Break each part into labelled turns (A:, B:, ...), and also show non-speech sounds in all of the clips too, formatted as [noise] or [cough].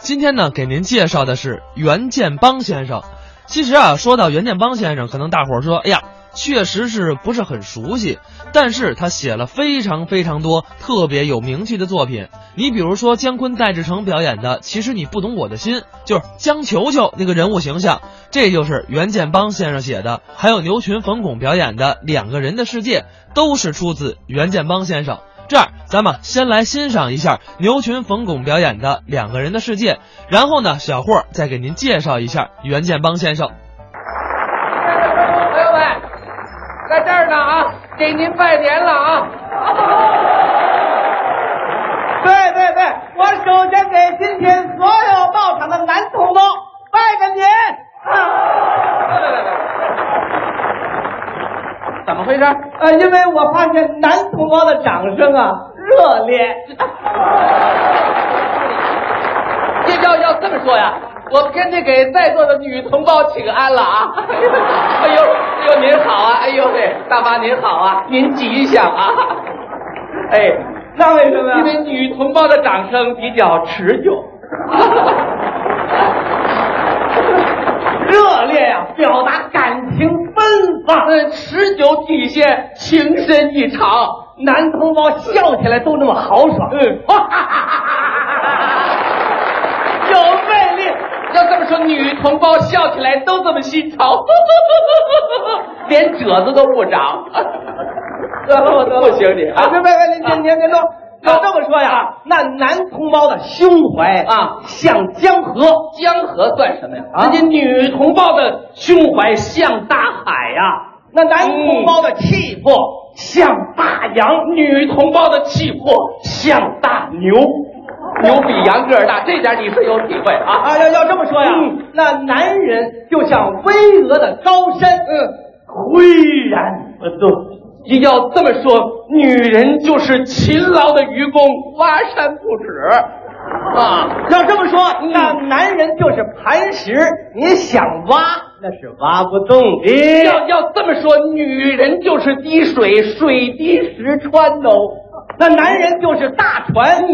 A: 今天呢，给您介绍的是袁建邦先生。其实啊，说到袁建邦先生，可能大伙儿说，哎呀，确实是不是很熟悉？但是他写了非常非常多特别有名气的作品。你比如说姜昆、戴志诚表演的《其实你不懂我的心》，就是姜球球那个人物形象，这就是袁建邦先生写的。还有牛群、冯巩表演的《两个人的世界》，都是出自袁建邦先生。这样，咱们先来欣赏一下牛群、冯巩表演的《两个人的世界》，然后呢，小霍再给您介绍一下袁建邦先生。
B: 朋友们，在这儿呢啊，给您拜年了啊！对对对，我首先给今天所有到场的男同胞拜个年。 [laughs] 怎么回事？呃，因为我发现男同胞的掌声啊热烈。要要 [laughs] 这么说呀，我们跟这给在座的女同胞请安了啊！ [laughs] 哎呦，哎呦，您好啊！哎呦喂，大妈您好啊，您吉祥啊！ [laughs] 哎，那为什么呀？因为女同胞的掌声比较持久， [laughs] 热烈呀、表达感情奔放，呃，持久体现情深意长。男同胞笑起来都那么豪爽， [laughs] 嗯，有魅力。要这么说，女同胞笑起来都这么新潮，连褶子都不长。得了，得了，不行你啊！别别别，您您您都。要这么说呀，那男同胞的胸怀啊，像江河，江河算什么呀？人家女同胞的胸怀像大海呀、那男同胞的气魄像大洋，女同胞的气魄像大牛。牛比羊个儿大，这点你是有体会啊！啊，要要这么说呀，那男人就像巍峨的高山，嗯，巍然不动。你要这么说，女人就是勤劳的愚公，挖山不止啊！要这么说，那男人就是磐石，你想挖那是挖不动的。要要这么说，女人就是滴水，水滴石穿嗯哦。那男人就是大船，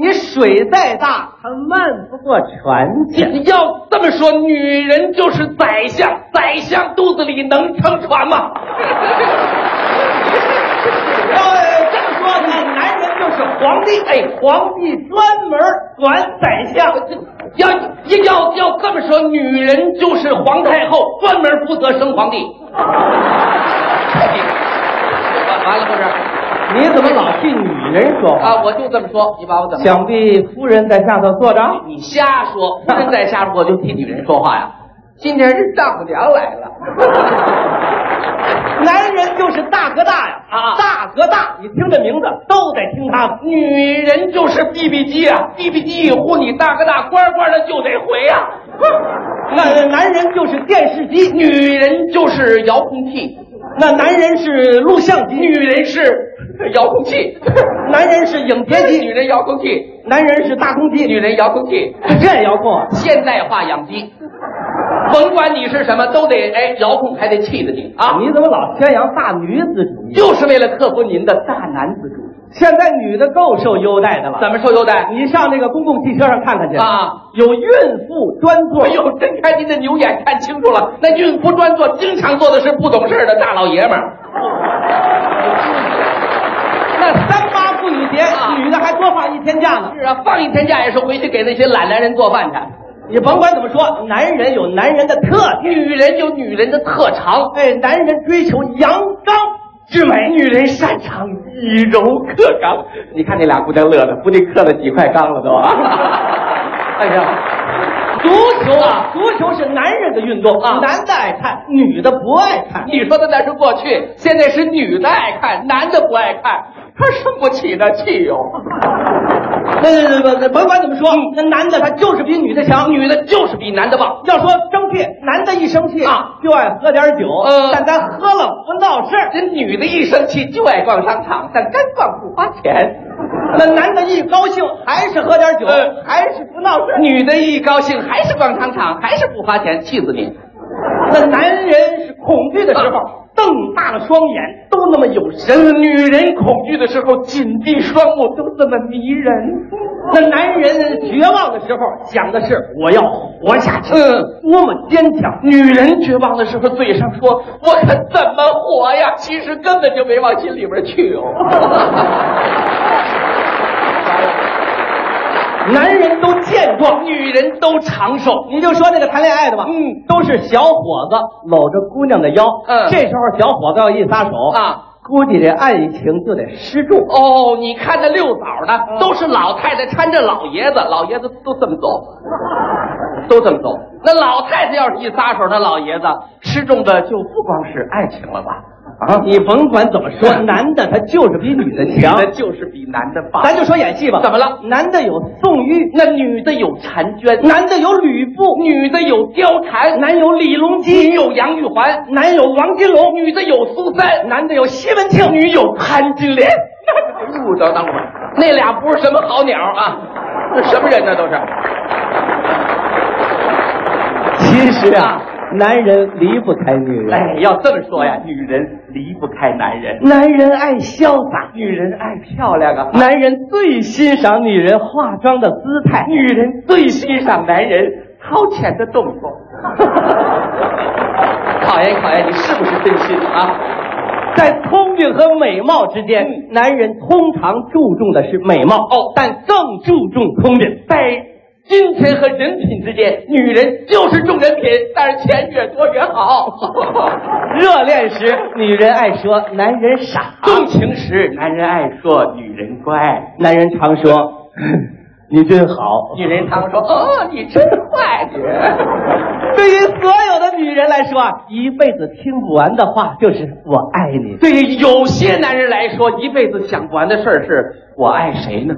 B: 你水再大，它漫不过船桨。要这么说，女人就是宰相，宰相肚子里能撑船吗？要哎这么说，那男人就是皇帝，哎，皇帝专门管宰相。要要要这么说，女人就是皇太后，专门负责生皇帝。完完了不是？你怎么老替女人说话啊？我就这么说，你把我怎么？想必夫人在下头坐着。你瞎说，夫人在下头，我就替女人说话呀。今天是丈母娘来 [laughs] 了。男人就是大哥大呀，啊，大哥大，你听这名字都得听他的。女人就是逼逼鸡啊，逼逼鸡一呼你大哥大，乖乖的就得回呀、那男人就是电视机，女人就是遥控器。那男人是录像机，女人是遥控器， [laughs] 男人是影碟机，女人遥控器，男人是大公鸡，女人遥控器，这遥控啊，现代化养鸡。甭管你是什么，都得哎遥控，还得气着你啊！你怎么老宣扬大女子主义？就是为了克服您的大男子主义。现在女的够受优待的了，怎么受优待？你上那个公共汽车上看看去啊，有孕妇专座。哎呦，真开您的牛眼看清楚了，那孕妇专座经常坐的是不懂事儿的大老爷们儿。那三八妇女节，女的还多放一天假呢。是啊，放一天假也是回去给那些懒男人做饭去。你甭管怎么说，男人有男人的特点，女人有女人的特长。哎，男人追求阳刚之美，女人擅长以柔克刚。你看那俩姑娘乐的，估计刻了几块钢 [laughs] 了都啊！哎呀，足球啊，足球是男人的运动啊，男的爱看，女的不爱看。你说的那是过去，现在是女的爱看，男的不爱看，他生不起那气哟。那那那甭管怎么说，那男的他就是比女的强，嗯女的就是比男的棒。要说生气，男的一生气啊就爱喝点酒，呃，但咱喝了不闹事这女的一生气就爱逛商场，但干逛不花钱。那男的一高兴还是喝点酒，还是不闹事女的一高兴还是逛商场，还是不花钱，气死你！那男人是恐惧的时候、瞪大了双眼，都那么有神；女人恐惧的时候紧闭双目，都这么迷人。
C: 那男人绝望的时候想的是我要活下去，
B: 嗯，
C: 多么坚强。
B: 女人绝望的时候，嘴上说“我可怎么活呀”，其实根本就没往心里边去哦。
C: 男人都健壮，
B: 女人都长寿，
C: 你就说那个谈恋爱的吧，
B: 嗯，
C: 都是小伙子搂着姑娘的腰，
B: 嗯
C: 这时候小伙子要一撒手
B: 啊，
C: 估计这爱情就得失重。嗯
B: 哦，你看那遛枣的都是老太太搀着老爷子，老爷子都这么走，都这么走。那老太太要是一撒手，那老爷子吃重的就不光是爱情了吧？
C: 啊，你甭管怎么说，男的他就是比女的强。
B: 那就是比男的棒。
C: 咱就说演戏吧，
B: 怎么了？
C: 男的有宋玉，
B: 那女的有婵娟，
C: 男的有吕布，
B: 女的有貂蝉，
C: 男有李隆
B: 女
C: 基，
B: 有杨玉环，
C: 男有王金龙，
B: 女的有苏三，
C: 男的有西门庆，
B: 女有潘
C: [laughs]
B: 金莲。不等等会儿，那俩不是什么好鸟啊，这什么人呢？都是。
C: 其实
B: 啊，
C: 男人离不开女人，
B: 哎，要这么说呀，女人离不开男人。
C: 男人爱潇洒，
B: 女人爱漂亮啊，
C: 男人最欣赏女人化妆的姿态，
B: 女人最欣赏男人掏钱的动
C: [laughs]
B: 作。考验考验你是不是真心啊？
C: 在聪明和美貌之间，男人通常注重的是美貌，
B: 嗯哦
C: 但更注重聪明。
B: 在金钱和人品之间，女人就是重人品，但是钱越多越好。
C: [laughs] 热恋时，女人爱说男人傻；
B: 动情时，男人爱说女人乖，
C: 男人常说 [laughs] 你真好。
B: 女人常说哦，你真坏，你。
C: 对于所有的女人来说啊，一辈子听不完的话就是“我爱你
B: 对于有些男人来说，一辈子想不完的事儿是我爱谁呢？”。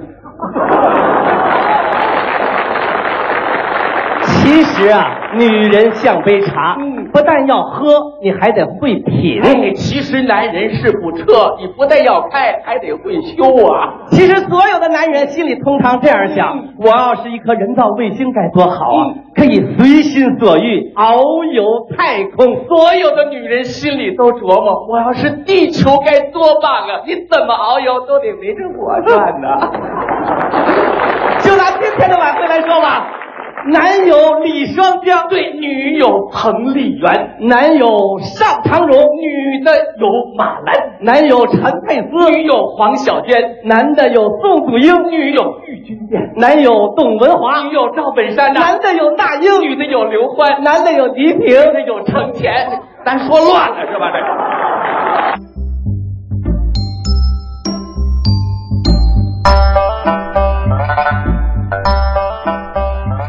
C: 其实啊，女人像杯茶，不但要喝，你还得会品。
B: 嗯哎，其实男人是部车，你不但要开，还得会修啊。
C: 其实所有的男人心里通常这样想：我要是一颗人造卫星该多好啊
B: 嗯！
C: 可以随心所欲，遨游太空。
B: 所有的女人心里都琢磨，我要是地球该多棒啊！你怎么遨游都得围着我转呢、 [laughs]
C: 就拿今天的晚会来说吧，男有李双江，
B: 对，女有彭丽媛，
C: 男有
B: 上唐荣；女的有马兰，
C: 男有陈佩斯，
B: 女有黄小娟，
C: 男的有宋祖英，
B: 女有郁钧剑，
C: 男有董文华，
B: 女有赵本山呐、
C: 男的有那英，
B: 女的有刘欢，
C: 男的有倪萍，
B: 女的有程前。咱说乱了是吧？这个。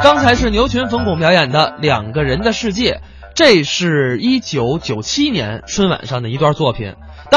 A: 刚才是牛群冯巩表演的《两个人的世界》，这是一九九七年春晚上的一段作品。当然。